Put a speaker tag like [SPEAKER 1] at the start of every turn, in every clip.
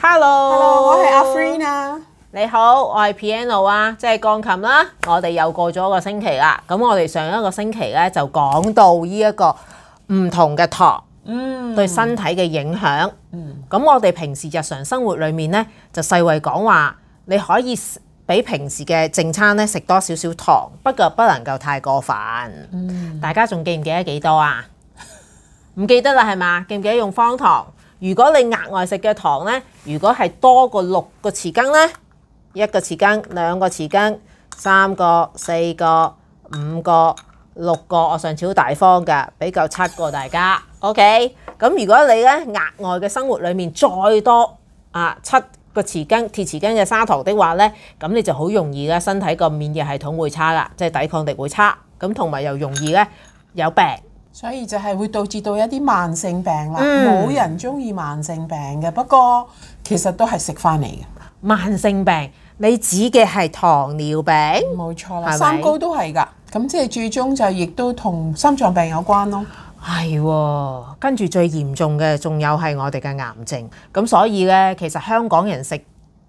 [SPEAKER 1] Hello，
[SPEAKER 2] Hello，我係阿 Freen 啊。
[SPEAKER 1] 你好，我係 Piano 啊，即係鋼琴啦。我哋又過咗一個星期啦。咁我哋上一個星期咧就講到呢一個唔同嘅糖
[SPEAKER 2] 嗯，
[SPEAKER 1] 對身體嘅影響。咁我哋平時日常生活裏面咧，就世衞講話你可以比平時嘅正餐咧食多少少糖，不過不能夠太過分。大家仲記唔記得幾多啊？唔記得啦，係嘛？記唔記得用方糖？如果你額外食嘅糖呢，如果係多過六個匙羹呢，一個匙羹、兩個匙羹、三個、四個、五個、六個，我上次好大方㗎，俾夠七個大家。OK，咁如果你呢額外嘅生活裡面再多啊七個匙羹、鐵匙羹嘅砂糖的話呢，咁你就好容易咧，身體個免疫系統會差啦，即係抵抗力會差，咁同埋又容易呢有病。
[SPEAKER 2] 所以就係會導致到一啲慢性病啦。
[SPEAKER 1] 嗯
[SPEAKER 2] 冇、人中意慢性病嘅，不過其實都係食翻嚟嘅，
[SPEAKER 1] 慢性病，你指嘅係糖尿病？
[SPEAKER 2] 冇錯
[SPEAKER 1] 係
[SPEAKER 2] 啦。
[SPEAKER 1] 咪
[SPEAKER 2] 三高都係㗎，咁即係最終就亦都同心臟病有關咯。
[SPEAKER 1] 係喎、跟住最嚴重嘅仲有係我哋嘅癌症。咁所以呢，其實香港人食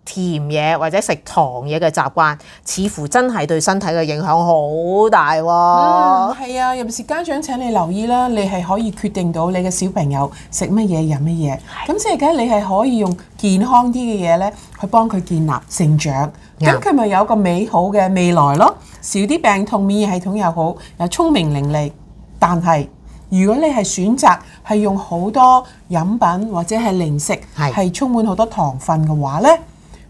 [SPEAKER 1] 甜嘢或者食糖嘢嘅習慣，似乎真係對身體嘅影響好大喎、
[SPEAKER 2] 嗯，
[SPEAKER 1] 哦
[SPEAKER 2] 係啊，尤其是家長請你留意啦，你係可以決定到你嘅小朋友食乜嘢飲乜嘢，咁即係梗係你係可以用健康啲嘅嘢呢去幫佢建立成長，
[SPEAKER 1] 啱
[SPEAKER 2] 咁佢咪有個美好嘅未來咯，少啲病痛，免疫系統又好，又聰明伶俐。但係如果你係選擇係用好多飲品或者係零食
[SPEAKER 1] 係
[SPEAKER 2] 係充滿好多糖分嘅話呢。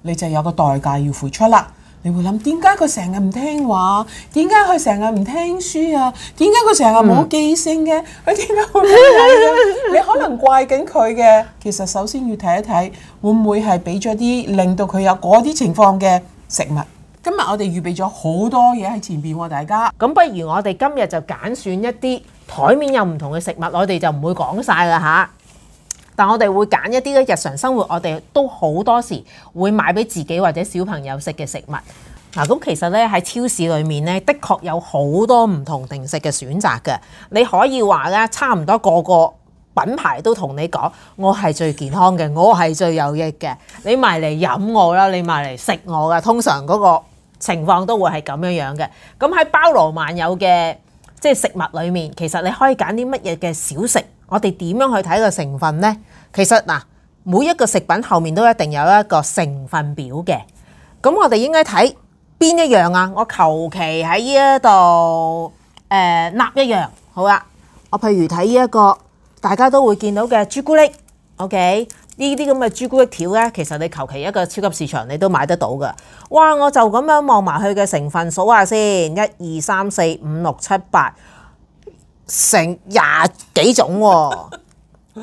[SPEAKER 2] 你就有個代價要付出啦。你會諗點解佢成日唔聽話？點解佢成日唔聽書啊？點解佢成日冇記性嘅？佢點解會咁樣嘅？你可能怪緊佢嘅。其實首先要睇一睇，會唔會係俾咗啲令到佢有嗰啲情況嘅食物。今日我哋預備咗好多嘢喺前邊喎，大家。
[SPEAKER 1] 咁不如我哋今日就揀選一啲台面有唔同嘅食物，我哋就唔會講晒啦吓。但我哋會揀一啲咧日常生活，我哋都好多時會買俾自己或者小朋友食嘅食物。嗱，咁其實咧喺超市裏面咧，的確有好多唔同定食嘅選擇嘅。你可以話咧，差唔多個個品牌都同你講，我係最健康嘅，我係最有益嘅。你埋嚟飲我啦，你埋嚟食我噶，通常嗰個情況都會係咁樣樣嘅。咁喺包羅萬有嘅即係食物裏面，其實你可以揀啲乜嘢嘅小食，我哋點樣去睇個成分呢？其實嗱，每一個食品後面都一定有一個成分表嘅。咁我哋應該睇邊一樣啊？我求其喺呢一度誒納一樣，好啦。我啊譬如睇呢一個大家都會見到嘅朱古力，OK？呢啲咁嘅朱古力條呢，其實你求其一個超級市場你都買得到㗎。哇！我就咁樣望埋佢嘅成分數下先，一二三四五六七八，成廿幾種喎、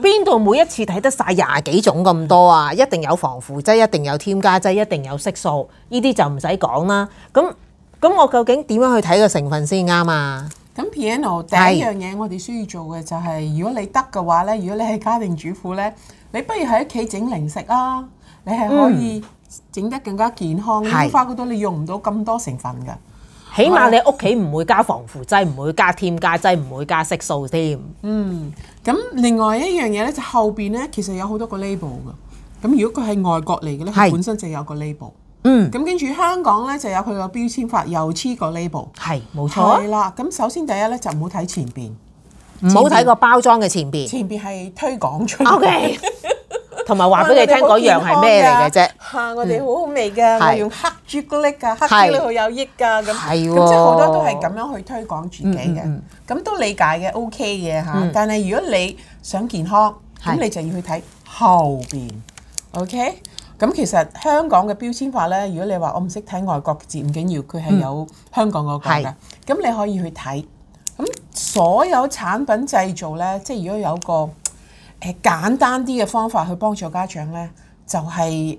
[SPEAKER 1] 邊度每一次睇得晒廿幾種咁多啊？一定有防腐劑，一定有添加劑，一定有色素，呢啲就唔使講啦。咁咁我究竟點樣去睇個成分先啱啊？
[SPEAKER 2] 咁 piano 第
[SPEAKER 1] 係
[SPEAKER 2] 一樣嘢我哋需要做嘅就係、如果你得嘅話呢，如果你係家庭主婦呢，你不如喺屋企整零食啊，你係可以整得更加健康，你
[SPEAKER 1] 係
[SPEAKER 2] 會發覺到你用唔到咁多成分嘅。
[SPEAKER 1] 起碼你屋企唔會加防腐劑，唔會加添加劑，唔會加色素添。
[SPEAKER 2] 嗯，咁另外一樣嘢呢，就後邊呢，其實有好多個 label 嘅。咁如果佢係外國嚟嘅呢，
[SPEAKER 1] 係
[SPEAKER 2] 佢本身就有個 label。
[SPEAKER 1] 嗯，
[SPEAKER 2] 咁跟住香港呢，就有佢個標籤法，又黐個 label。
[SPEAKER 1] 係冇錯啊
[SPEAKER 2] 係，啦，咁首先第一呢，就唔好睇前邊，
[SPEAKER 1] 唔好睇個包裝嘅前邊。
[SPEAKER 2] 前邊係推廣出嚟
[SPEAKER 1] O K，同埋話俾你聽嗰樣係咩嚟嘅啫。
[SPEAKER 2] 嚇！我哋好好味㗎，
[SPEAKER 1] 係
[SPEAKER 2] 我用黑朱古力㗎，黑朱古力好有益㗎，咁
[SPEAKER 1] 係
[SPEAKER 2] 咁即
[SPEAKER 1] 喎
[SPEAKER 2] 係好多都係咁樣去推廣自己
[SPEAKER 1] 嗯嗯
[SPEAKER 2] 嘅，咁都理解嘅，OK 嘅嚇。但係如果你想健康，咁
[SPEAKER 1] 係
[SPEAKER 2] 你就要去睇後邊，OK。咁其實香港嘅標籤法咧，如果你話我唔識睇外國嘅字，唔緊要，佢係有香港嗰個
[SPEAKER 1] 係
[SPEAKER 2] 㗎。咁你可以去睇。咁所有產品製造咧，即係如果有個誒簡單啲嘅方法去幫助家長咧，就係誒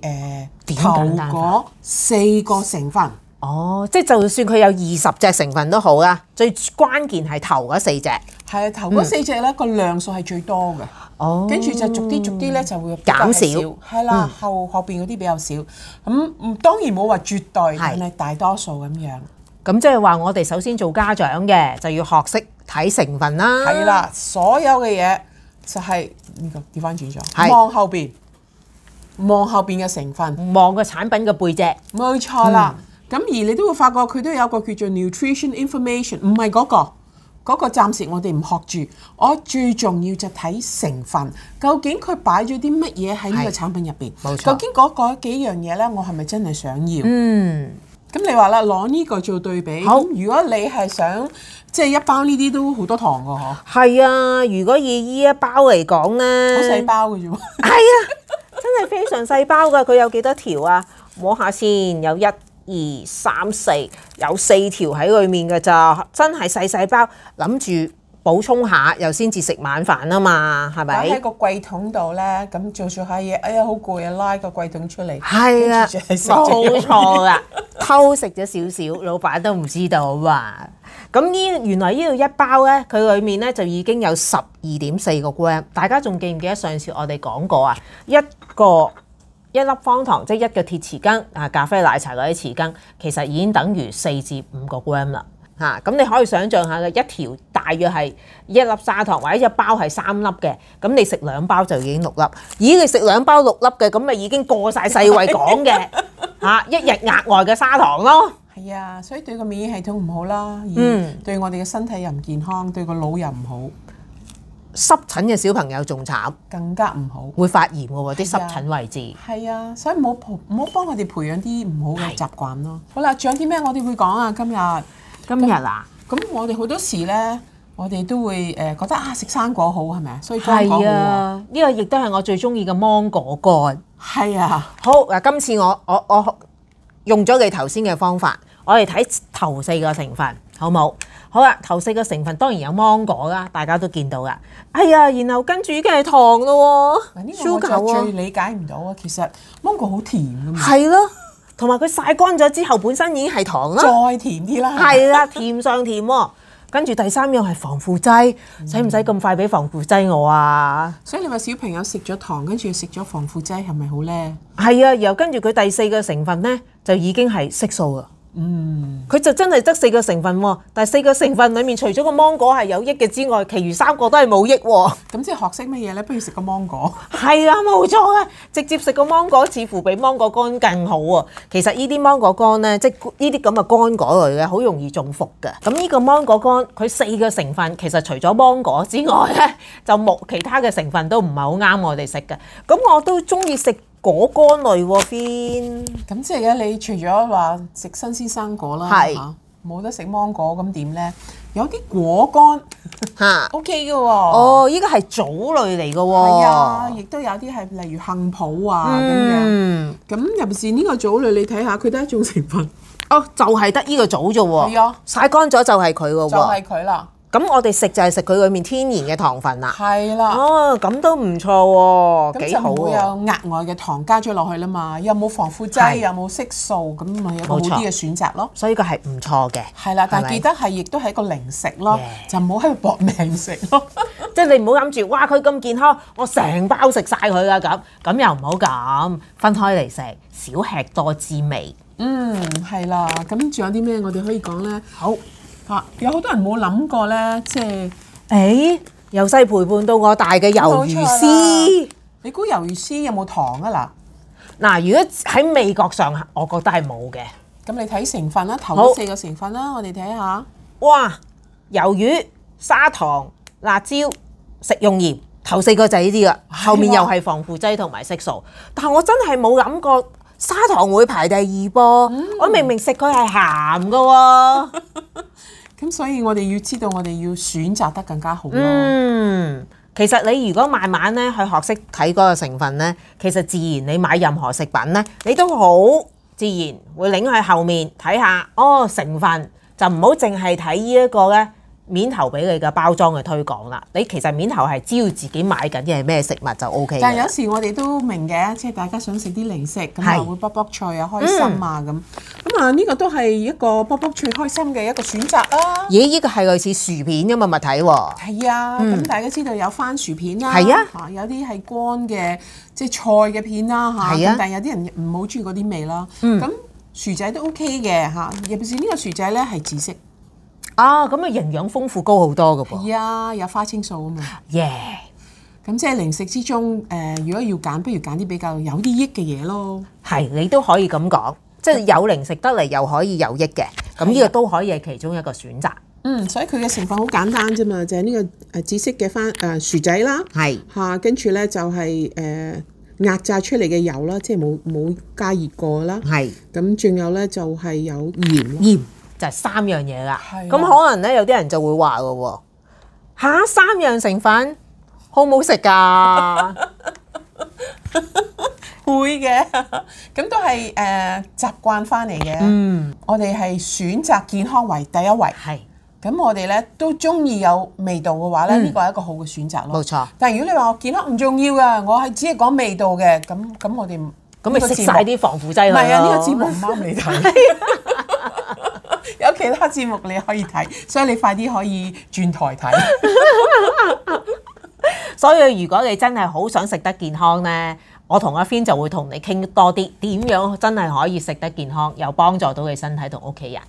[SPEAKER 1] 點
[SPEAKER 2] 頭
[SPEAKER 1] 簡單
[SPEAKER 2] 嗰四個成分。
[SPEAKER 1] 哦，即係就算佢有二十隻成分都好啦，最關鍵係頭嗰四隻。
[SPEAKER 2] 係啊，頭
[SPEAKER 1] 嗯
[SPEAKER 2] 嗰四隻咧個量數係最多嘅，
[SPEAKER 1] 哦
[SPEAKER 2] 跟住就逐啲逐啲咧就會比較
[SPEAKER 1] 減少嗯
[SPEAKER 2] 係啦，後後邊嗰啲比較少。咁唔當然冇話絕對，但係大多數咁樣。
[SPEAKER 1] 咁即係話我哋首先做家長嘅就要學識睇成分啦。
[SPEAKER 2] 係，啦，所有嘅嘢就係呢個調翻轉
[SPEAKER 1] 係
[SPEAKER 2] 咗，望後邊望後邊嘅成分，
[SPEAKER 1] 望個產品嘅背脊，
[SPEAKER 2] 冇錯啦。
[SPEAKER 1] 嗯
[SPEAKER 2] 咁、而你都會發覺佢都有個叫做 nutrition information，唔係嗰個，嗰、個暫時我哋唔學住。我最重要就睇成分，究竟佢擺咗啲乜嘢喺呢個
[SPEAKER 1] 係
[SPEAKER 2] 產品入邊？
[SPEAKER 1] 冇錯
[SPEAKER 2] 究竟嗰嗰幾樣嘢呢，我係咪真係想要？
[SPEAKER 1] 嗯，
[SPEAKER 2] 咁你話啦，攞呢個做對比。
[SPEAKER 1] 好
[SPEAKER 2] 咁如果你係想即係一包呢啲都好多糖㗎嗬，
[SPEAKER 1] 係啊。如果以呢一包嚟講
[SPEAKER 2] 好細
[SPEAKER 1] 咧，
[SPEAKER 2] 包嘅啫喎。
[SPEAKER 1] 係啊，真係非常細包㗎。佢有幾多條啊？摸下先，有一。二三四有四條喺裏面嘅咋，真係細細包，諗住補充下，又先至食晚飯啊嘛，係
[SPEAKER 2] 擺喺
[SPEAKER 1] 咪？
[SPEAKER 2] 個櫃桶度咧，咁做做下嘢，哎呀好攰啊，拉個櫃桶出嚟，
[SPEAKER 1] 係啊，
[SPEAKER 2] 跟住就係食 咗
[SPEAKER 1] 冇錯啦，偷食咗少少，老闆都唔知道嘛。咁呢原來呢度一包咧，佢裏面咧就已經有十二點四個 gram。大家仲記唔記得上次我哋講過啊？一個一粒方糖，即係一個鐵匙羹啊，咖啡奶茶嗰啲匙羹，其實已經等於四至五個 gram 啦。嚇、咁你可以想象下嘅一條大約係一粒砂糖，或者一包係三粒嘅，咁你食兩包就已經六粒。咦，你食兩包六粒嘅，咁咪已經過晒世衞講 嘅嚇，一日額外嘅砂糖咯。
[SPEAKER 2] 係啊，所以對個免疫系統唔好啦，而
[SPEAKER 1] 嗯
[SPEAKER 2] 對我哋嘅身體又唔健康，對個腦又唔好，
[SPEAKER 1] 濕疹嘅小朋友仲慘，
[SPEAKER 2] 更加唔好。
[SPEAKER 1] 會發炎嘅喎，啲
[SPEAKER 2] 係啊
[SPEAKER 1] 濕疹位置。
[SPEAKER 2] 係啊，所以唔好培唔好幫我哋培養啲唔好嘅習慣咯。好啦，仲有啲咩我哋會講啊？今日。
[SPEAKER 1] 今日啊，
[SPEAKER 2] 咁我哋好多時咧，我哋都會誒、覺得啊食生果好係咪啊？所以生果好
[SPEAKER 1] 係
[SPEAKER 2] 喎
[SPEAKER 1] 啊，呢個亦都係我最中意嘅芒果乾。
[SPEAKER 2] 係啊，
[SPEAKER 1] 好嗱，今次我我我用咗你頭先嘅方法，我哋睇頭四個成分，好冇？好啦，頭四個成分當然有芒果啦，大家都見到啦。哎呀，然後跟住已經係糖咯
[SPEAKER 2] 嗱呢
[SPEAKER 1] 喎
[SPEAKER 2] 個我就
[SPEAKER 1] ，sugar
[SPEAKER 2] 最
[SPEAKER 1] 喎，
[SPEAKER 2] 理解唔到啊。其實芒果好甜㗎嘛，
[SPEAKER 1] 係咯，同埋佢曬乾咗之後，本身已經係糖啦。
[SPEAKER 2] 再甜啲啦。
[SPEAKER 1] 係啦， 甜上甜喎。跟住第三樣係防腐劑，使唔使咁快俾防腐劑我啊？
[SPEAKER 2] 所以你話小朋友食咗糖，跟住食咗防腐劑係咪好呢？
[SPEAKER 1] 係啊，然後跟住佢第四個成分呢，就已經係色素啦。
[SPEAKER 2] 嗯，
[SPEAKER 1] 佢就真係得四個成分喎，但係四個成分裡面除咗個芒果係有益嘅之外，其餘三個都係冇益喎。
[SPEAKER 2] 咁即係學識乜嘢呢？不如食個芒果。
[SPEAKER 1] 係啊，冇錯啊，直接食個芒果似乎比芒果乾更好喎。其實呢啲芒果乾呢，即係呢啲咁嘅乾果類嘅，好容易中伏嘅。咁呢個芒果乾，佢四個成分其實除咗芒果之外呢，就冇其他嘅成分都唔係好啱我哋食嘅。咁我都中意食果乾類喎，Fin。
[SPEAKER 2] 咁即係嘅，你除咗話食新鮮生果啦，
[SPEAKER 1] 係
[SPEAKER 2] 嚇冇得食芒果咁點呢？有啲果乾
[SPEAKER 1] 嚇，
[SPEAKER 2] OK 嘅喎。
[SPEAKER 1] 哦，呢個係藻類嚟嘅喎。
[SPEAKER 2] 係啊，亦都有啲係例如杏脯啊咁樣。
[SPEAKER 1] 嗯。
[SPEAKER 2] 咁入邊呢個組類，你睇下佢都係一種成分，
[SPEAKER 1] 哦，就係得呢個組啫喎，
[SPEAKER 2] 係啊
[SPEAKER 1] 曬乾咗就係佢嘅
[SPEAKER 2] 就
[SPEAKER 1] 喎
[SPEAKER 2] 係。佢啦。
[SPEAKER 1] 咁、我哋食就係食佢裏面天然嘅糖分啦。
[SPEAKER 2] 係啦。
[SPEAKER 1] 哦，咁都唔錯喎，
[SPEAKER 2] 咁
[SPEAKER 1] 幾
[SPEAKER 2] 就
[SPEAKER 1] 好
[SPEAKER 2] 唔會有
[SPEAKER 1] 喎。
[SPEAKER 2] 額外嘅糖加咗落去啦嘛，又冇防腐劑，
[SPEAKER 1] 係
[SPEAKER 2] 又冇色素，咁咪有個好
[SPEAKER 1] 冇錯
[SPEAKER 2] 啲嘅選擇咯。
[SPEAKER 1] 所以個係唔錯嘅，
[SPEAKER 2] 係啦，但係
[SPEAKER 1] 咪
[SPEAKER 2] 記得係亦都係一個零食咯
[SPEAKER 1] Yeah
[SPEAKER 2] 就唔好喺度搏命食咯。
[SPEAKER 1] 即係你唔好諗住，哇！佢咁健康，我成包食晒佢啦咁，咁又唔好咁，分開嚟食，少吃多滋味。
[SPEAKER 2] 嗯，係啦，咁仲有啲咩我哋可以講呢？
[SPEAKER 1] 好，誒、
[SPEAKER 2] 啊，有好多人冇諗過呢，即係
[SPEAKER 1] 由細陪伴到我大嘅魷魚絲。
[SPEAKER 2] 你估魷魚絲有冇糖啊
[SPEAKER 1] 嗱，如果喺味覺上，我覺得係冇嘅。
[SPEAKER 2] 嗱？咁你睇成分啦，頭
[SPEAKER 1] 好
[SPEAKER 2] 嗰四個成分啦，我哋睇下。
[SPEAKER 1] 哇！魷魚、砂糖、辣椒、食用鹽，頭四個就係呢啲啦，
[SPEAKER 2] 係
[SPEAKER 1] 後面
[SPEAKER 2] 喎
[SPEAKER 1] 又係防腐劑同埋色素。但我真係冇諗過砂糖會排第二噃，
[SPEAKER 2] 嗯
[SPEAKER 1] 我明明食佢係鹹噶喎。
[SPEAKER 2] 咁所以我哋要知道，我哋要選擇得更加好咯。
[SPEAKER 1] 嗯，其實你如果慢慢咧去學識睇嗰個成分咧，其實自然你買任何食品咧，你都好自然會擰去後面睇下哦成分，就唔好淨係睇呢一個咧面頭俾你嘅包裝嘅推廣啦。你其實面頭係知道自己買緊嘅係咩食物就 O K
[SPEAKER 2] 但係
[SPEAKER 1] 嘅。
[SPEAKER 2] 有時我哋都明嘅，即係大家想食啲零食咁啊，
[SPEAKER 1] 係嗯
[SPEAKER 2] 會卜卜脆啊，開心啊咁。咁啊，呢個都係一個卜卜脆開心嘅一個選擇啦。
[SPEAKER 1] 咦？呢個係類似薯片咁嘅物體喎。
[SPEAKER 2] 係啊，咁大家知道有番薯片啦，
[SPEAKER 1] 嗯係啊
[SPEAKER 2] 嚇有啲係乾嘅，即係菜嘅片啦嚇。
[SPEAKER 1] 係啊嗯
[SPEAKER 2] 咁但係有啲人唔好中意嗰啲味啦。咁薯仔都 OK 嘅嚇，尤其是呢個薯仔咧係紫色，
[SPEAKER 1] 啊，咁啊營養豐富高好多嘅噃。
[SPEAKER 2] 係啊，有花青素啊嘛。
[SPEAKER 1] 耶、
[SPEAKER 2] 咁即係零食之中，誒、如果要揀，不如揀啲比較有啲益嘅嘢咯。
[SPEAKER 1] 係你都可以咁講，即
[SPEAKER 2] 嗯
[SPEAKER 1] 係有零食得嚟又可以有益嘅，
[SPEAKER 2] 啊
[SPEAKER 1] 咁呢個都可以係其中一個選擇。
[SPEAKER 2] 嗯，所以佢嘅成分好簡單啫嘛，就係、呢個誒呃紫色嘅番誒薯仔啦，
[SPEAKER 1] 係
[SPEAKER 2] 嚇、跟住咧就係、誒、壓榨出嚟嘅油啦，即係冇冇加熱過啦。
[SPEAKER 1] 係
[SPEAKER 2] 咁仲有咧就係、有鹽啦。
[SPEAKER 1] 鹽就係三樣嘢啦。
[SPEAKER 2] 係啊
[SPEAKER 1] 咁可能咧有啲人就會話嘅喎，吓三樣成分好唔好食啊㗎？
[SPEAKER 2] 會嘅， 咁都係誒、習慣翻嚟嘅。
[SPEAKER 1] 嗯，
[SPEAKER 2] 我哋係選擇健康為第一位。
[SPEAKER 1] 係
[SPEAKER 2] 咁我哋咧都中意有味道嘅話咧，呢個係一個好嘅選擇咯。
[SPEAKER 1] 冇錯。
[SPEAKER 2] 但係如果你話我健康唔重要嘅，我係只係講味道嘅，咁咁我哋唔
[SPEAKER 1] 咁咪
[SPEAKER 2] 呢個
[SPEAKER 1] 食
[SPEAKER 2] 節目
[SPEAKER 1] 晒啲防腐劑
[SPEAKER 2] 唔
[SPEAKER 1] 落去
[SPEAKER 2] 係啊，呢、個
[SPEAKER 1] 咯
[SPEAKER 2] 節目唔啱你睇。 有其他節目你可以睇，所以你快啲可以轉台睇。
[SPEAKER 1] 所以如果你真係好想食得健康呢，我同阿 Fin 就會同你傾多啲點樣真係可以食得健康，又幫助到你身體同屋企人。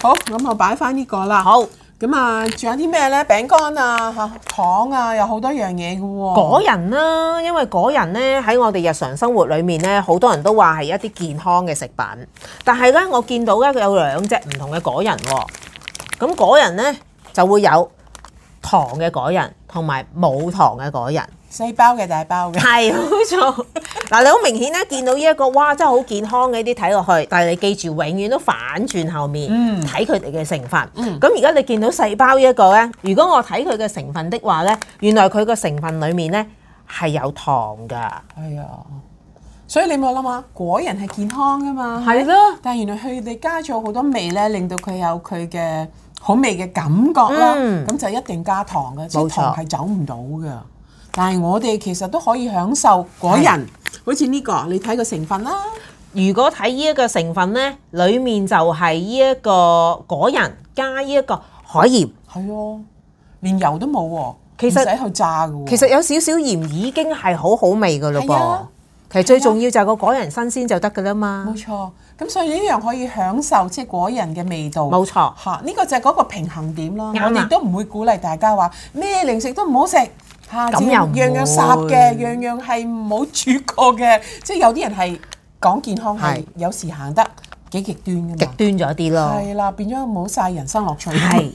[SPEAKER 2] 好，咁我擺翻呢個啦。
[SPEAKER 1] 好，
[SPEAKER 2] 咁啊，仲有啲咩咧？餅乾啊、嚇糖啊，有好多樣嘢嘅喎。
[SPEAKER 1] 果仁啦，因為果仁呢喺我哋日常生活裏面呢，好多人都話係一啲健康嘅食品，但係呢，我見到呢，佢有兩隻唔同嘅果仁喎。咁果仁呢，就會有糖嘅果仁同埋冇糖嘅果仁。
[SPEAKER 2] 細包嘅、大包嘅，
[SPEAKER 1] 係冇錯。嗱，你好明顯咧，見到呢、一個哇，真係好健康嘅呢啲睇落去，但係你記住，永遠都反轉後面睇佢哋嘅成分。咁而家你見到細胞呢一個咧，如果我睇佢嘅成分的話咧，原來佢個成分裡面咧係有糖㗎。
[SPEAKER 2] 係啊。所以你冇諗下，果仁係健康噶嘛？
[SPEAKER 1] 係咯。
[SPEAKER 2] 但係原來佢哋加咗好多味咧，令到佢有佢嘅好味嘅感覺啦。
[SPEAKER 1] 嗯
[SPEAKER 2] 咁、就一定加糖嘅，即係
[SPEAKER 1] 冇錯
[SPEAKER 2] 糖係走唔到嘅。但係我哋其實都可以享受果仁，好似呢、個，你睇個成分啦。
[SPEAKER 1] 如果睇呢一個成分咧，裡面就係呢一個果仁加呢一個海鹽。
[SPEAKER 2] 係咯、連油都冇喎，
[SPEAKER 1] 其實
[SPEAKER 2] 唔使去炸嘅喎。
[SPEAKER 1] 其實有少少鹽已經係好好味㗎嘞
[SPEAKER 2] 係
[SPEAKER 1] 噃
[SPEAKER 2] 啊。
[SPEAKER 1] 其實最重要就係個果仁新鮮就得㗎啦嘛。
[SPEAKER 2] 冇錯，咁所以呢樣可以享受即係果仁嘅味道。
[SPEAKER 1] 冇錯
[SPEAKER 2] 嚇呢、個就係嗰個平衡點啦。
[SPEAKER 1] 啱啊
[SPEAKER 2] 我哋都唔會鼓勵大家話咩零食都唔好食。嚇
[SPEAKER 1] 咁
[SPEAKER 2] 即係
[SPEAKER 1] 又唔
[SPEAKER 2] 樣
[SPEAKER 1] 會
[SPEAKER 2] 樣霎嘅，樣樣係冇煮過嘅，即係有啲人係講健康係
[SPEAKER 1] 係
[SPEAKER 2] 有時行得幾極端㗎
[SPEAKER 1] 極
[SPEAKER 2] 嘛，
[SPEAKER 1] 端咗啲咯。
[SPEAKER 2] 係啦，變咗冇晒人生樂趣，
[SPEAKER 1] 係，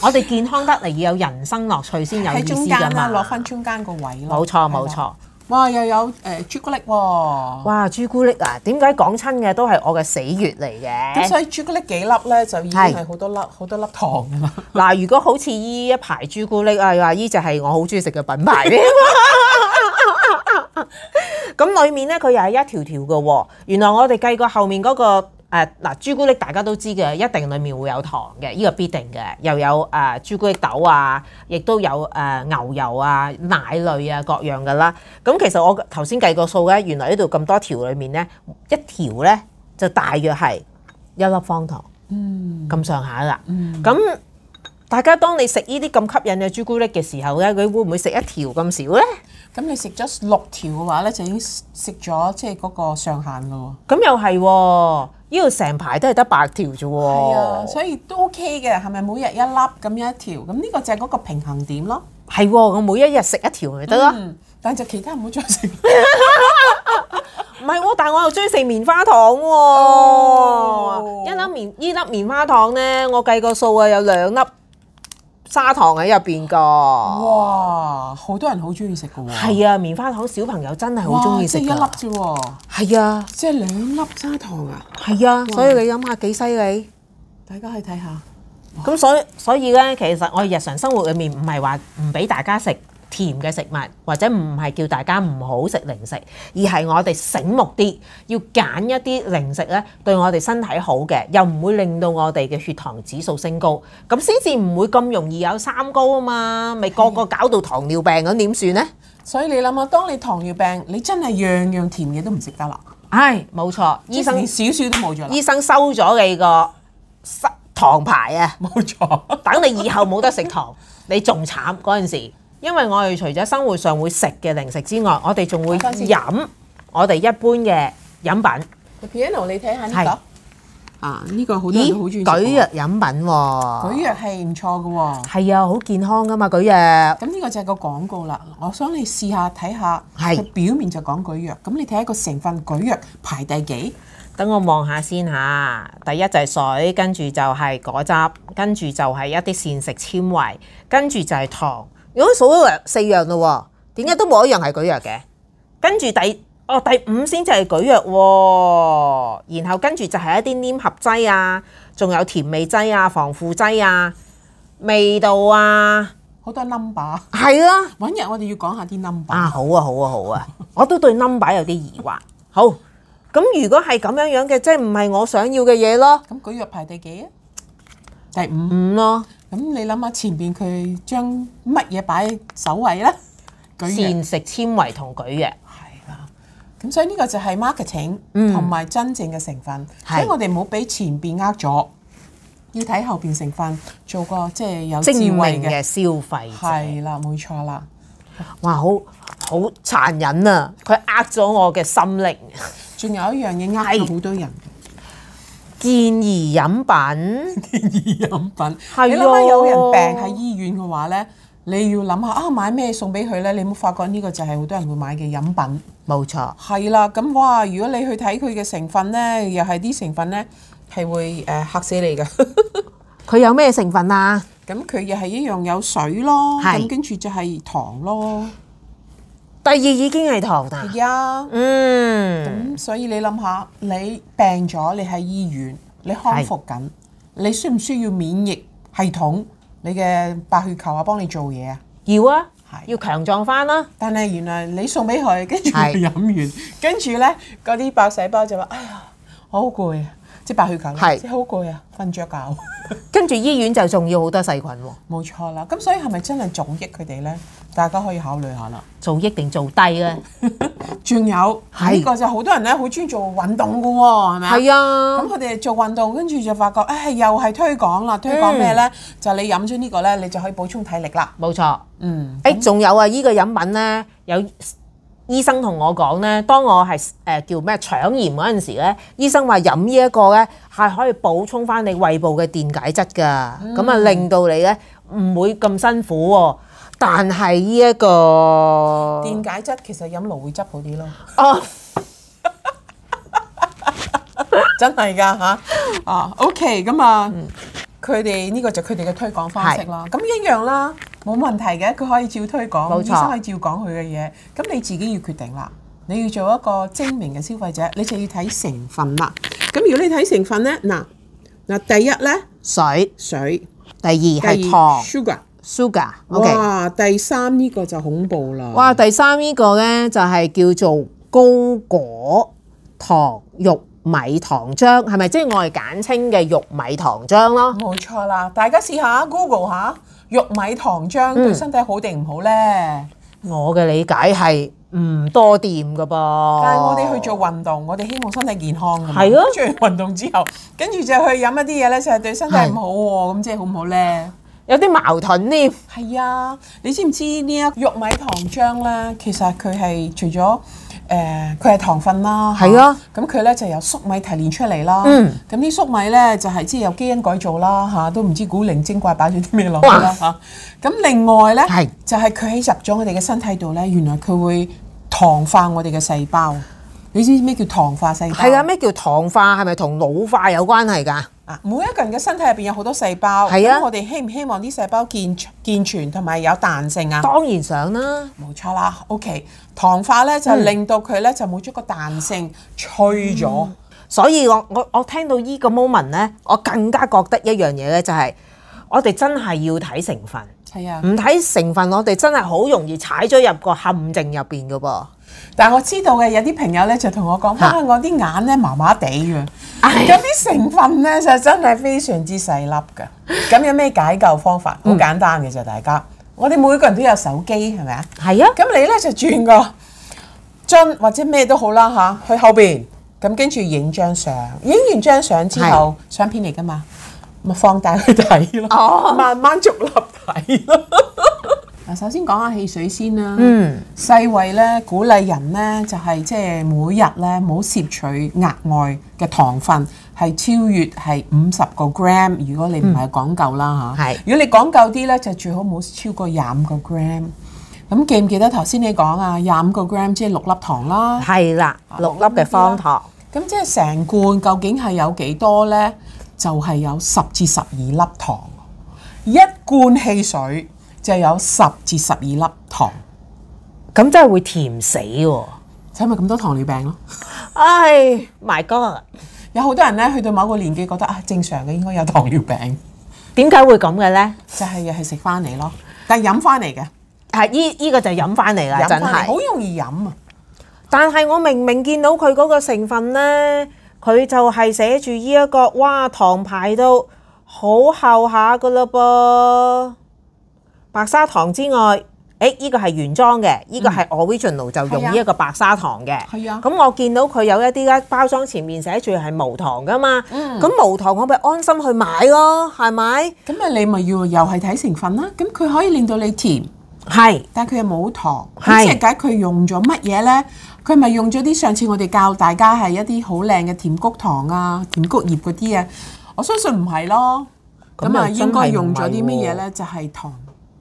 [SPEAKER 1] 我哋健康得嚟要有人生樂趣先有
[SPEAKER 2] 喺
[SPEAKER 1] 意
[SPEAKER 2] 中
[SPEAKER 1] 思
[SPEAKER 2] 間
[SPEAKER 1] 㗎
[SPEAKER 2] 啦，
[SPEAKER 1] 嘛。
[SPEAKER 2] 落翻中間個位啦，
[SPEAKER 1] 冇錯冇
[SPEAKER 2] 係啦，
[SPEAKER 1] 錯。
[SPEAKER 2] 哇又有誒朱古力喎。
[SPEAKER 1] 哇，朱古力啊，點解講親嘅都係我嘅死穴嚟
[SPEAKER 2] 咁
[SPEAKER 1] 嘅？
[SPEAKER 2] 所以朱古力幾粒咧，就已經
[SPEAKER 1] 係
[SPEAKER 2] 係好多粒好多粒糖㗎啦。
[SPEAKER 1] 嗱，如果好似依一排朱古力啊，話依就係我好中意食嘅品牌咧。 咁裡面咧，佢又係一條條嘅喎。原來我哋計過後面嗰、個。誒嗱、朱古力大家都知嘅，一定裡面會有糖嘅，呢、個必定嘅，又有誒、朱古力豆啊，亦都有誒、牛油啊、奶類啊各樣嘅啦。咁其實我頭先計過數咧，原來呢度咁多條裡面咧，一條咧就大約係一粒方糖，嗯，咁上下啦。咁、大家當你食呢啲咁吸引嘅朱古力嘅時候咧，你會唔會食一條咁少咧？
[SPEAKER 2] 咁你食咗六條嘅話咧，就已經食咗即係嗰個上限咯
[SPEAKER 1] 咁又係喎，呢度成排都係得八條啫喎。
[SPEAKER 2] 喎。係啊，所以都 OK 嘅，係咪每日一粒咁樣一條？咁呢個就係嗰個平衡點咯。
[SPEAKER 1] 係喎，我每一日食一條咪得咯。
[SPEAKER 2] 嗯，但就其他唔好再食。
[SPEAKER 1] 唔係喎，但我又中意食棉花糖喎、
[SPEAKER 2] 哦
[SPEAKER 1] 一粒棉呢粒棉花糖呢，我計個數啊，有兩粒砂糖喺入邊
[SPEAKER 2] 嗯
[SPEAKER 1] 㗎。
[SPEAKER 2] 哇，好多人好中意食嘅喎。
[SPEAKER 1] 係啊，棉花糖小朋友真係
[SPEAKER 2] 哇，
[SPEAKER 1] 好中意食
[SPEAKER 2] 即係一粒
[SPEAKER 1] 㗎。
[SPEAKER 2] 啫喎，
[SPEAKER 1] 係啊，
[SPEAKER 2] 即係兩粒砂糖啊！
[SPEAKER 1] 係啊，所以你諗下幾犀利。
[SPEAKER 2] 大家去睇下。
[SPEAKER 1] 咁所以所以咧，其實我哋日常生活裏面唔係話唔俾大家食甜嘅食物，或者唔係叫大家唔好食零食，而係我哋醒目啲，要揀一啲零食咧對我哋身體好嘅，又唔會令到我哋嘅血糖指數升高，咁先至唔會咁容易有三高啊嘛，咪個個搞到糖尿病咁點算呢？
[SPEAKER 2] 所以你諗下，當你糖尿病，你真係樣樣甜嘢都唔食得啦，
[SPEAKER 1] 唉，冇錯，醫
[SPEAKER 2] 即
[SPEAKER 1] 生
[SPEAKER 2] 係少少都冇咗啦。
[SPEAKER 1] 醫生收咗你個塞糖牌啊！
[SPEAKER 2] 冇錯，
[SPEAKER 1] 等你以後冇得食 糖，你仲慘嗰陣時。因為我哋除咗生活上會食嘅零食之外，我哋仲會
[SPEAKER 2] 等陣先
[SPEAKER 1] 飲我哋一般嘅飲品。
[SPEAKER 2] 個 piano 你睇下呢
[SPEAKER 1] 係
[SPEAKER 2] 個，啊，呢個好多人都好中
[SPEAKER 1] 咦，
[SPEAKER 2] 意食
[SPEAKER 1] 舉
[SPEAKER 2] 喎
[SPEAKER 1] 藥飲品喎，
[SPEAKER 2] 舉藥係唔錯嘅喎。
[SPEAKER 1] 係啊，好健康噶嘛，舉藥
[SPEAKER 2] 咁呢個就係個廣告啦。我想你試下睇下，
[SPEAKER 1] 係
[SPEAKER 2] 佢表面就講舉藥，咁你睇下個成分舉藥排第幾？
[SPEAKER 1] 等我望下先嚇。第一就係水，跟住就係果汁，跟住就係一啲膳食纖維，跟住就係糖。如果數咗四樣咯喎，點解都冇一樣係舉藥嘅？跟住第哦第五先就係舉藥喎，然後跟住就係一啲黏合劑啊，仲有甜味劑啊、防腐劑啊、味道啊，
[SPEAKER 2] 好多 number，
[SPEAKER 1] 係啦、啊。
[SPEAKER 2] 揾日我哋要講下啲 number。
[SPEAKER 1] 啊，好啊，好啊，好啊，我都對 number 有啲疑惑。好，咁如果係咁樣樣嘅，即係唔係我想要嘅嘢咯？
[SPEAKER 2] 咁舉藥排第幾啊？第五。
[SPEAKER 1] 五咯，
[SPEAKER 2] 咁你諗下前邊佢將乜嘢擺首位咧？舉藥
[SPEAKER 1] 膳食纖維同舉藥，
[SPEAKER 2] 係啦。咁所以呢個就係 marketing
[SPEAKER 1] 嗯
[SPEAKER 2] 同埋真正嘅成分。
[SPEAKER 1] 係
[SPEAKER 2] 所以我哋唔好俾前邊呃咗，要睇後邊成分，做個即係有智
[SPEAKER 1] 精
[SPEAKER 2] 慧
[SPEAKER 1] 明
[SPEAKER 2] 嘅。
[SPEAKER 1] 嘅消費者，
[SPEAKER 2] 係啦，冇錯啦。
[SPEAKER 1] 哇，好好殘忍啊！佢呃咗我嘅心靈。
[SPEAKER 2] 仲有一樣嘢呃咗好多 人
[SPEAKER 1] 健怡飲品，
[SPEAKER 2] 嘅飲品，
[SPEAKER 1] 係
[SPEAKER 2] 你諗下
[SPEAKER 1] 喎
[SPEAKER 2] 有人病喺醫院嘅話咧，你要諗下啊買咩送俾佢咧？你有冇發覺呢個就係好多人會買嘅飲品？
[SPEAKER 1] 冇錯，
[SPEAKER 2] 係啦，咁哇！如果你去睇佢嘅成分咧，又係啲成分咧係會誒嚇死你嘅。
[SPEAKER 1] 佢有咩成分啊？
[SPEAKER 2] 咁佢又係一樣有水咯，
[SPEAKER 1] 係
[SPEAKER 2] 咁跟住就係糖咯，
[SPEAKER 1] 第二已經係糖啦，
[SPEAKER 2] 係啊。
[SPEAKER 1] 嗯，
[SPEAKER 2] 咁所以你諗下，你病咗，你喺醫院，你康復緊，你需唔需要免疫系統、你嘅白血球啊幫你做嘢啊？
[SPEAKER 1] 要啊
[SPEAKER 2] 係，
[SPEAKER 1] 要強壯翻啦，
[SPEAKER 2] 但係原來你送俾佢，跟住佢
[SPEAKER 1] 係
[SPEAKER 2] 飲完，跟住呢嗰啲白細胞就話：哎呀，我好攰啊！即係白血球啦，
[SPEAKER 1] 係
[SPEAKER 2] 即係好攰啊，瞓着覺。
[SPEAKER 1] 跟住醫院就仲要好多細菌喎，
[SPEAKER 2] 冇錯啦，咁所以係咪真係造益佢哋呢？大家可以考慮下啦。
[SPEAKER 1] 做益定做低咧？
[SPEAKER 2] 仲有
[SPEAKER 1] 係
[SPEAKER 2] 呢個就好多人呢，好中意做運動嘅喎，係咪啊
[SPEAKER 1] 係啊
[SPEAKER 2] 咁。佢哋做運動，跟住就發覺，唉，又係推廣啦。推廣
[SPEAKER 1] 嗯
[SPEAKER 2] 咩呢？就你飲咗呢個呢，你就可以補充體力啦。
[SPEAKER 1] 冇錯。
[SPEAKER 2] 嗯，
[SPEAKER 1] 誒，仲有啊，依、個飲品咧，有醫生同我講咧，當我係誒、呃叫咩腸炎嗰陣時咧，醫生話飲呢一個咧係可以補充翻你胃部嘅電解質㗎，咁啊、
[SPEAKER 2] 嗯
[SPEAKER 1] 令到你咧唔會咁辛苦喎、但係呢一個
[SPEAKER 2] 電解質其實飲蘆薈汁好啲咯，
[SPEAKER 1] 哦，
[SPEAKER 2] 真係㗎嚇。啊，OK，咁啊，佢哋呢個就佢哋嘅推廣方式啦。咁一樣啦，冇問題嘅，佢可以照推廣，
[SPEAKER 1] 冇錯
[SPEAKER 2] 醫生可以照講佢嘅嘢。咁你自己要決定啦。你要做一個精明嘅消費者，你就要睇成分啦。咁如果你睇成分呢，嗱嗱，第一呢，
[SPEAKER 1] 水，
[SPEAKER 2] 水，
[SPEAKER 1] 第二
[SPEAKER 2] 第
[SPEAKER 1] 係
[SPEAKER 2] 二
[SPEAKER 1] 糖
[SPEAKER 2] sugar。
[SPEAKER 1] ，sugar，OK、
[SPEAKER 2] 哇！第三呢個就恐怖啦。
[SPEAKER 1] 哇，第三呢個呢，就係叫做高果糖玉米糖漿，係咪即係我哋簡稱嘅玉米糖漿咯？
[SPEAKER 2] 冇錯啦，大家試下啊 Google 下玉米糖漿對身體好定唔好呢？
[SPEAKER 1] 我嘅理解係唔多掂噶噃。
[SPEAKER 2] 但
[SPEAKER 1] 但
[SPEAKER 2] 係我哋去做運動，我哋希望身體健康㗎嘛。
[SPEAKER 1] 哦 係啊
[SPEAKER 2] 做完運動之後，跟住就去飲一啲嘢呢，就係對身體唔好喎。咁即係好唔好呢？
[SPEAKER 1] 有啲矛盾添，
[SPEAKER 2] 係啊，你知唔知呢一玉米糖漿呢？其實佢係除咗誒佢係糖分啦，
[SPEAKER 1] 係啊
[SPEAKER 2] 嚇，咁佢呢就由粟米提煉出嚟啦。
[SPEAKER 1] 嗯，
[SPEAKER 2] 咁啲粟米呢，就係即係有基因改造啦，嚇，都唔知古靈精怪擺咗啲咩落去啦嚇。咁另外呢，
[SPEAKER 1] 係
[SPEAKER 2] 就係佢喺入咗我哋嘅身體度呢，原來佢會糖化我哋嘅細胞。你知唔知咩叫糖化細胞？
[SPEAKER 1] 係啊？咩叫糖化？係咪同老化有關係㗎？
[SPEAKER 2] 啊！每一個人嘅身體入邊有好多細胞，
[SPEAKER 1] 係啊
[SPEAKER 2] 咁我哋希唔希望啲細胞健健全同埋有彈性啊？
[SPEAKER 1] 當然想啦，
[SPEAKER 2] 冇錯啦，OK，糖化咧
[SPEAKER 1] 嗯
[SPEAKER 2] 就令到佢咧就冇咗個彈性，脆
[SPEAKER 1] 嗯
[SPEAKER 2] 咗。
[SPEAKER 1] 所以我我我聽到依個 moment 呢，我更加覺得一樣嘢呢，就係我哋真係要睇成分，
[SPEAKER 2] 係啊，
[SPEAKER 1] 唔睇成分，我哋真係好容易踩咗入個陷阱入邊㗎噃。
[SPEAKER 2] 但係我知道嘅有啲朋友咧就同我講，
[SPEAKER 1] 嚇
[SPEAKER 2] 啊，我啲眼咧麻麻地嘅，
[SPEAKER 1] 唉
[SPEAKER 2] 咁啲成分咧就真係非常之細粒嘅。咁有咩解救方法？
[SPEAKER 1] 嗯
[SPEAKER 2] 好簡單嘅啫，大家。我哋每個人都有手機，係咪啊？
[SPEAKER 1] 係啊，
[SPEAKER 2] 咁你咧就轉個樽或者咩都好啦吓，去後邊咁跟住影張相，影完張相之後，相片嚟噶嘛，咪放大去睇咯，
[SPEAKER 1] 哦
[SPEAKER 2] 慢慢逐粒睇咯。嗱，首先講下汽水先啦。
[SPEAKER 1] 嗯，
[SPEAKER 2] 世衞咧鼓勵人咧就係即係每日咧唔好攝取額外嘅糖分，係超越係五十個 gram。如果你唔嗯係講究啦嚇，
[SPEAKER 1] 係
[SPEAKER 2] 如果你講究啲咧，就最好冇超過廿五個 gram。咁記唔記得頭先你講啊？廿五個 gram 即係六粒糖啦。
[SPEAKER 1] 係啦，六粒嘅方糖，
[SPEAKER 2] 咁即係成罐究竟係有幾多呢？就係、有十至十二粒糖，一罐汽水就有十至十二粒糖，
[SPEAKER 1] 咁真係會甜死喎！
[SPEAKER 2] 使咪咁多糖尿病咯？
[SPEAKER 1] 唉，My God，
[SPEAKER 2] 有好多人呢，去到某個年紀覺得啊，正常嘅應該有糖尿病，
[SPEAKER 1] 點解會咁嘅咧？
[SPEAKER 2] 就係又係食翻嚟咯，但係飲翻嚟嘅，
[SPEAKER 1] 係依依個就飲翻嚟啦，
[SPEAKER 2] 飲
[SPEAKER 1] 真
[SPEAKER 2] 翻嚟
[SPEAKER 1] 係
[SPEAKER 2] 好。容易飲啊！
[SPEAKER 1] 但係我明明見到佢嗰個成分呢，佢就係寫住呢一個，哇，糖排到好厚下噶嘞噃，白砂糖之外，誒、呢、個係原裝嘅，呢、嗯個係啊 original 就用呢一個白砂糖嘅。
[SPEAKER 2] 係啊
[SPEAKER 1] 咁我見到佢有一啲咧包裝前面寫住係無糖噶嘛，咁、無糖我咪安心去買咯，係咪？
[SPEAKER 2] 咁啊，你咪要又係睇成分啦。咁佢可以令到你甜。
[SPEAKER 1] 係。
[SPEAKER 2] 但佢又冇糖，咁
[SPEAKER 1] 係
[SPEAKER 2] 即係解佢用咗乜嘢呢？佢咪用咗啲上次我哋教大家係一啲好靚嘅甜菊糖啊、甜菊葉嗰啲啊，我相信唔係咯。
[SPEAKER 1] 咁
[SPEAKER 2] 咁啊，
[SPEAKER 1] 又
[SPEAKER 2] 應
[SPEAKER 1] 真係
[SPEAKER 2] 該
[SPEAKER 1] 唔
[SPEAKER 2] 用咗啲乜
[SPEAKER 1] 係
[SPEAKER 2] 嘢
[SPEAKER 1] 喎
[SPEAKER 2] 呢？就係糖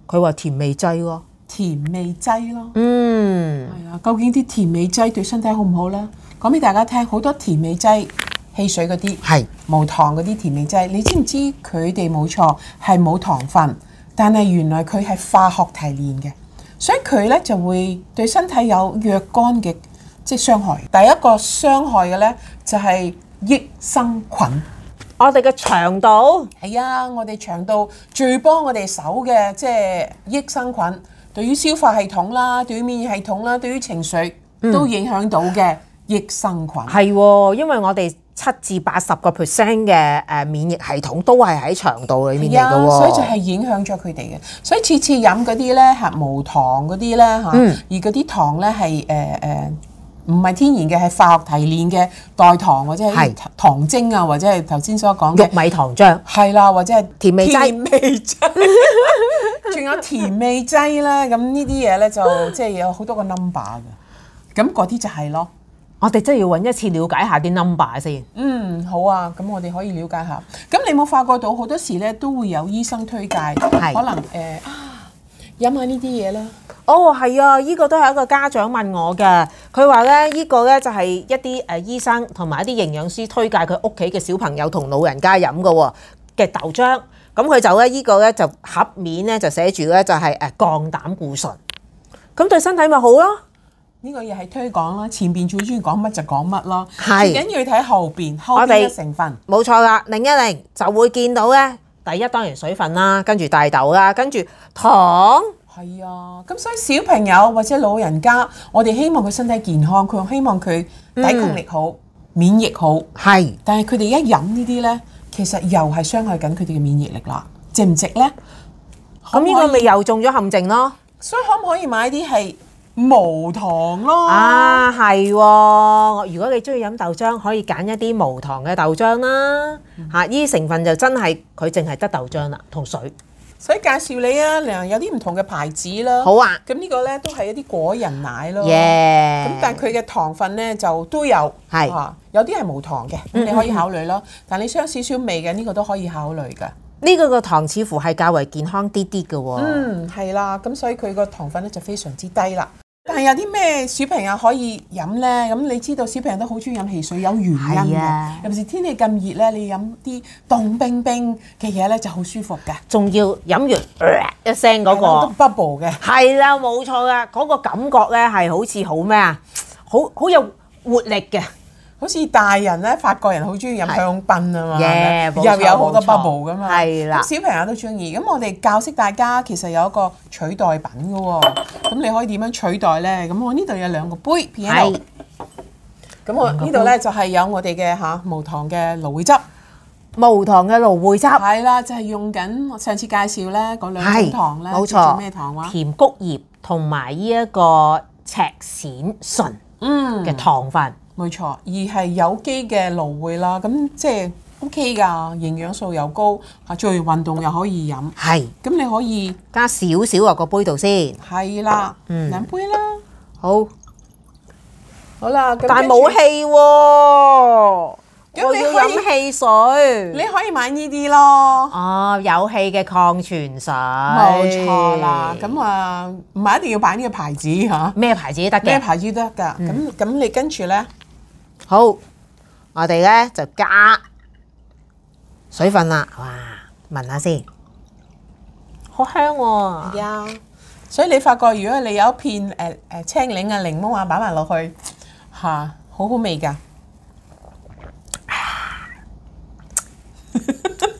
[SPEAKER 1] 佢話甜味劑喎、
[SPEAKER 2] 甜味劑咯。
[SPEAKER 1] 嗯，
[SPEAKER 2] 係啊，究竟啲甜味劑對身體好唔好呢？講俾大家聽，好多甜味劑、汽水嗰啲、
[SPEAKER 1] 係
[SPEAKER 2] 無糖嗰啲甜味劑，你知唔知佢哋冇錯係冇糖分，但係原來佢係化學提煉嘅，所以佢呢就會對身體有若干嘅即係傷害。第一個傷害嘅呢，就係、益生菌。
[SPEAKER 1] 我哋嘅腸道
[SPEAKER 2] 係啊，我哋腸道最幫我哋手嘅即係益生菌，對於消化系統啦，對於免疫系統啦，對於情緒都影響到嘅益生菌。
[SPEAKER 1] 係喎，因為我哋七至八十個 percent 嘅誒免疫系統都係喺腸道裏面嚟
[SPEAKER 2] 呀
[SPEAKER 1] 嘅喎，
[SPEAKER 2] 所以就係影響咗佢哋嘅。所以次次飲嗰啲咧嚇無糖嗰啲咧嚇，
[SPEAKER 1] 嗯
[SPEAKER 2] 而嗰啲糖咧係誒誒唔係天然嘅，係化學提煉嘅代糖或者
[SPEAKER 1] 係
[SPEAKER 2] 係糖精啊，或者係頭先所講嘅。
[SPEAKER 1] 玉米糖漿，
[SPEAKER 2] 係啦，或者係
[SPEAKER 1] 甜味劑
[SPEAKER 2] 甜味劑， 仲有甜味劑咧。咁呢啲嘢咧就即係有好多個 number 嘅。咁嗰啲就係咯。
[SPEAKER 1] 我哋真係要揾一次了解下啲 number 先。
[SPEAKER 2] 嗯，好啊，咁我哋可以了解下。咁你有冇發覺到好多時咧都會有醫生推介，可能誒、呃啊飲下呢啲嘢啦，
[SPEAKER 1] 哦，係啊，呢、個都係一個家長問我嘅，佢話咧呢個咧就係一啲誒醫生同埋一啲營養師推介佢屋企嘅小朋友同老人家飲嘅喎嘅豆漿，咁佢就咧呢、個咧就盒面咧就寫住咧就係誒降膽固醇，咁對身體咪好咯。
[SPEAKER 2] 呢、個嘢係推廣啦，前邊最中意講乜就講乜啦，
[SPEAKER 1] 係
[SPEAKER 2] 最緊要睇後邊後
[SPEAKER 1] 我
[SPEAKER 2] 邊
[SPEAKER 1] 哋
[SPEAKER 2] 嘅成分。
[SPEAKER 1] 冇錯啦，零一零就會見到咧。第一當然水分啦，跟住大豆啦，跟住糖，
[SPEAKER 2] 係啊，咁所以小朋友或者老人家，我哋希望佢身體健康，佢希望佢抵抗力好、
[SPEAKER 1] 嗯
[SPEAKER 2] 免疫好，
[SPEAKER 1] 係
[SPEAKER 2] 但係佢哋一飲呢啲呢，其實又係傷害緊佢哋嘅免疫力啦，值唔值呢？
[SPEAKER 1] 咁呢個咪又中咗陷阱咯。
[SPEAKER 2] 所以可唔可以買啲係無糖咯？
[SPEAKER 1] 啊，係喎！如果你中意飲豆漿，可以揀一啲無糖嘅豆漿啦。
[SPEAKER 2] 嗯
[SPEAKER 1] 嚇、依成分就真係佢淨係得豆漿啦，同水。
[SPEAKER 2] 所以介紹你啊，嗱有啲唔同嘅牌子啦。
[SPEAKER 1] 好啊，
[SPEAKER 2] 咁呢個呢都係一啲果仁奶咯。
[SPEAKER 1] 耶！
[SPEAKER 2] 咁但係佢嘅糖分呢就都有，
[SPEAKER 1] 係嗯
[SPEAKER 2] 啊有啲係無糖嘅，咁你可以考慮咯。但你想少少味嘅呢個都可以考慮㗎。
[SPEAKER 1] 呢個個糖似乎係較為健康啲啲嘅喎。
[SPEAKER 2] 嗯，係啦，咁所以佢個糖分咧就非常之低啦。但係有啲咩小朋友可以飲呢？咁你知道小朋友都好中意飲汽水，有原因
[SPEAKER 1] 係
[SPEAKER 2] 嘅
[SPEAKER 1] 啊。
[SPEAKER 2] 尤其是天氣咁熱呢，你飲啲凍冰冰嘅嘢呢就好舒服嘅，
[SPEAKER 1] 仲要飲完、呃一聲嗰、個。
[SPEAKER 2] 係啦都 bubble 嘅。
[SPEAKER 1] 係啦，冇錯啦，嗰、個感覺咧係好似好咩啊，好好有活力嘅，
[SPEAKER 2] 好似大人咧，法國人好中意飲香檳啊嘛
[SPEAKER 1] Yeah，
[SPEAKER 2] 係咪
[SPEAKER 1] 冇錯
[SPEAKER 2] 又有好多
[SPEAKER 1] 冇錯
[SPEAKER 2] bubble 噶嘛，
[SPEAKER 1] 係啦
[SPEAKER 2] 咁小朋友都中意。咁我哋教識大家其實有一個取代品嘅喎，咁你可以點樣取代咧？咁我呢度有兩個杯 Piano，
[SPEAKER 1] 係
[SPEAKER 2] 咁我
[SPEAKER 1] 嗯
[SPEAKER 2] 呢度咧就係有我哋嘅嚇無糖嘅蘆薈汁，
[SPEAKER 1] 無糖嘅蘆薈汁，
[SPEAKER 2] 係啦，就係用緊我上次介紹咧嗰兩種糖咧，
[SPEAKER 1] 冇
[SPEAKER 2] 叫做
[SPEAKER 1] 錯，
[SPEAKER 2] 咩糖話？
[SPEAKER 1] 甜菊葉同埋呢一個赤蘚醇
[SPEAKER 2] 嗯，
[SPEAKER 1] 嘅糖分，
[SPEAKER 2] 冇錯，而係有機嘅蘆薈啦，咁即係 OK 㗎，營養素又高，嚇做完運動又可以飲，
[SPEAKER 1] 係、
[SPEAKER 2] 咁你可以。
[SPEAKER 1] 加少少落個杯度先，
[SPEAKER 2] 係啦，
[SPEAKER 1] 嗯
[SPEAKER 2] 兩杯啦，
[SPEAKER 1] 好，
[SPEAKER 2] 好啦，咁
[SPEAKER 1] 但係
[SPEAKER 2] 跟住
[SPEAKER 1] 冇氣喎、
[SPEAKER 2] 咁
[SPEAKER 1] 我
[SPEAKER 2] 你
[SPEAKER 1] 要
[SPEAKER 2] 可以
[SPEAKER 1] 飲汽水。
[SPEAKER 2] 你可以買呢啲咯。
[SPEAKER 1] 哦，有氣嘅礦泉水，
[SPEAKER 2] 冇
[SPEAKER 1] 冇
[SPEAKER 2] 錯啦，咁啊唔係一定要擺呢個牌子嚇，
[SPEAKER 1] 咩牌子都得
[SPEAKER 2] 咩
[SPEAKER 1] 嘅？嗯
[SPEAKER 2] 牌子都得㗎。咁咁你跟住咧，
[SPEAKER 1] 好，我哋咧就加水分啦。哇，聞下先，好香喎、
[SPEAKER 2] 呀，所以你發覺如果你有一片誒誒青檸啊、檸檬啊擺埋落去嚇，好好味㗎。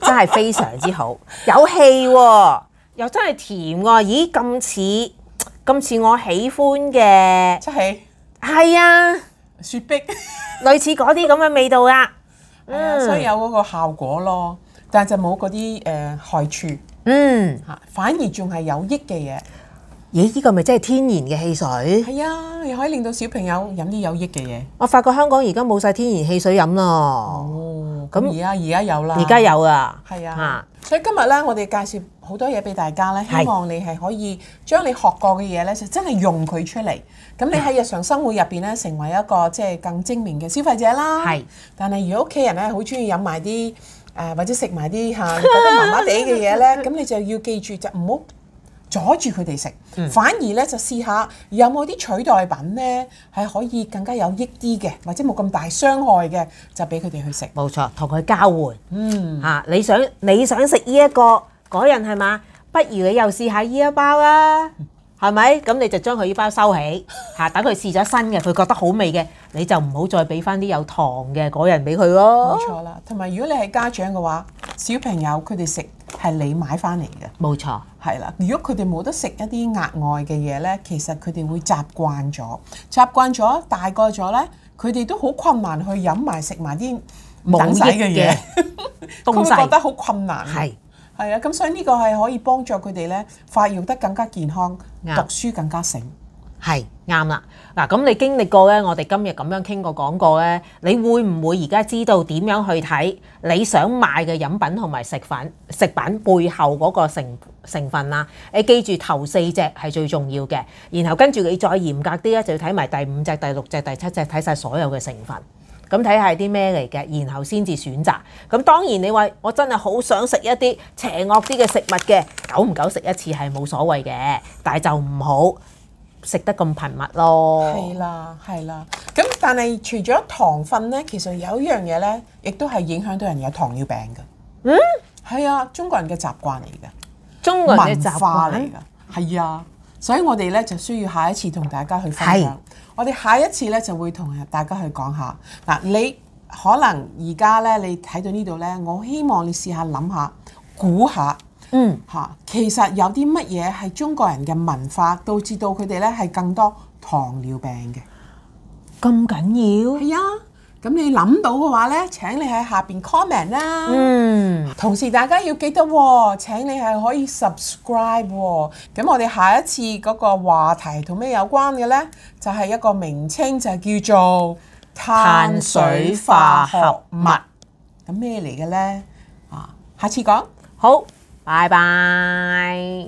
[SPEAKER 1] 真係非常之 好，有氣喎、又真係甜喎、咦，咁似咁似我喜歡嘅，
[SPEAKER 2] 即係
[SPEAKER 1] 係啊，
[SPEAKER 2] 雪碧，
[SPEAKER 1] 類似嗰啲咁嘅味道啊。
[SPEAKER 2] 係啊所以有嗰個效果咯，但係就冇嗰啲誒害處
[SPEAKER 1] 嗯，
[SPEAKER 2] 嚇，反而仲係有益嘅嘢。
[SPEAKER 1] 咦，呢、個咪真係天然嘅汽水？
[SPEAKER 2] 係啊，你可以令到小朋友飲啲有益嘅嘢。
[SPEAKER 1] 我發覺香港而家冇晒天然汽水飲咯，
[SPEAKER 2] 哦，
[SPEAKER 1] 咁
[SPEAKER 2] 咁而家而家有啦，
[SPEAKER 1] 而家有啊，
[SPEAKER 2] 係啊，，所以今日咧，我哋介紹好多嘢俾大家咧，
[SPEAKER 1] 係
[SPEAKER 2] 希望你係可以將你學過嘅嘢咧，就真係用佢出嚟。咁 你喺日常生活入邊咧，成為一個即係更精明嘅消費者啦。
[SPEAKER 1] 係。
[SPEAKER 2] 但係如果屋企人咧好中意飲埋啲誒或者食埋啲 嚇覺得麻麻地嘅嘢咧，咁你就要記住就唔好。阻住佢哋食，
[SPEAKER 1] 嗯
[SPEAKER 2] 反而咧就試下有冇啲取代品咧係可以更加有益啲嘅，或者冇咁大傷害嘅，就俾佢哋去食。
[SPEAKER 1] 冇錯，同佢交換。
[SPEAKER 2] 嗯，
[SPEAKER 1] 啊！你想你想食呢一個嗰人係嘛？不如你又試下呢一包啦，係咪？咁你就將佢呢包收 起，嚇、等佢試咗新嘅，佢覺得好味嘅，你就唔好再俾翻啲有糖嘅嗰人俾佢
[SPEAKER 2] 冇
[SPEAKER 1] 咯。
[SPEAKER 2] 錯啦，同埋如果你係家長嘅話，小朋友佢哋食係你買翻嚟嘅，
[SPEAKER 1] 冇錯，
[SPEAKER 2] 係啦。如果佢哋冇得食一啲額外嘅嘢呢，其實佢哋會習慣咗，習慣咗大個咗呢，佢哋都好困難去飲埋食埋啲
[SPEAKER 1] 冇
[SPEAKER 2] 等使
[SPEAKER 1] 益
[SPEAKER 2] 嘅嘢
[SPEAKER 1] 嘅，東
[SPEAKER 2] 佢會
[SPEAKER 1] 西
[SPEAKER 2] 覺得好困難。
[SPEAKER 1] 係
[SPEAKER 2] 係啊，咁所以呢個係可以幫助佢哋呢發育得更加健康，
[SPEAKER 1] 啱
[SPEAKER 2] 讀書更加醒。
[SPEAKER 1] 係啱啦。嗱，咁你經歷過咧，我哋今日咁樣傾過講過咧，你會唔會而家知道點樣去睇你想買嘅飲品同埋食品食品背後嗰個成成分啦？你記住頭四隻係最重要嘅，然後跟住你再嚴格啲咧，就要睇埋第五隻、第六隻、第七隻，睇晒所有嘅成分。咁睇下係啲咩嚟嘅，然後先至選擇。咁當然你話我真係好想食一啲邪惡啲嘅食物嘅，久唔久食一次係冇所謂嘅，但係就唔好食得咁頻密咯。
[SPEAKER 2] 係啦，係啦。咁但係除咗糖分呢，其實有一樣嘢呢，亦都係影響到人有糖尿病嘅。嗯，係啊，中國人嘅習慣嚟嘅，
[SPEAKER 1] 中國人嘅
[SPEAKER 2] 文
[SPEAKER 1] 習
[SPEAKER 2] 化嚟
[SPEAKER 1] 慣
[SPEAKER 2] 嘅，係啊。所以我哋呢，就需要下一次同大家去分
[SPEAKER 1] 係
[SPEAKER 2] 享。我哋下一次呢，就會同大家去講下嗱，你可能而家呢，你睇到呢度呢，我希望你試下諗下，估下。
[SPEAKER 1] 嗯，
[SPEAKER 2] 嚇，其實有啲乜嘢係中國人嘅文化，導致到佢哋呢係更多糖尿病嘅。
[SPEAKER 1] 咁緊要。
[SPEAKER 2] 係啊，咁你諗到嘅話呢，請你喺下邊 comment 啦。
[SPEAKER 1] 嗯，
[SPEAKER 2] 同時大家要記得喎，請你係可以 subscribe 喎。咁我哋下一次嗰個話題同咩有關嘅呢？就係、一個名稱就係叫做碳水化合物。咁咩嚟嘅呢？啊，下次講。
[SPEAKER 1] 好，拜拜。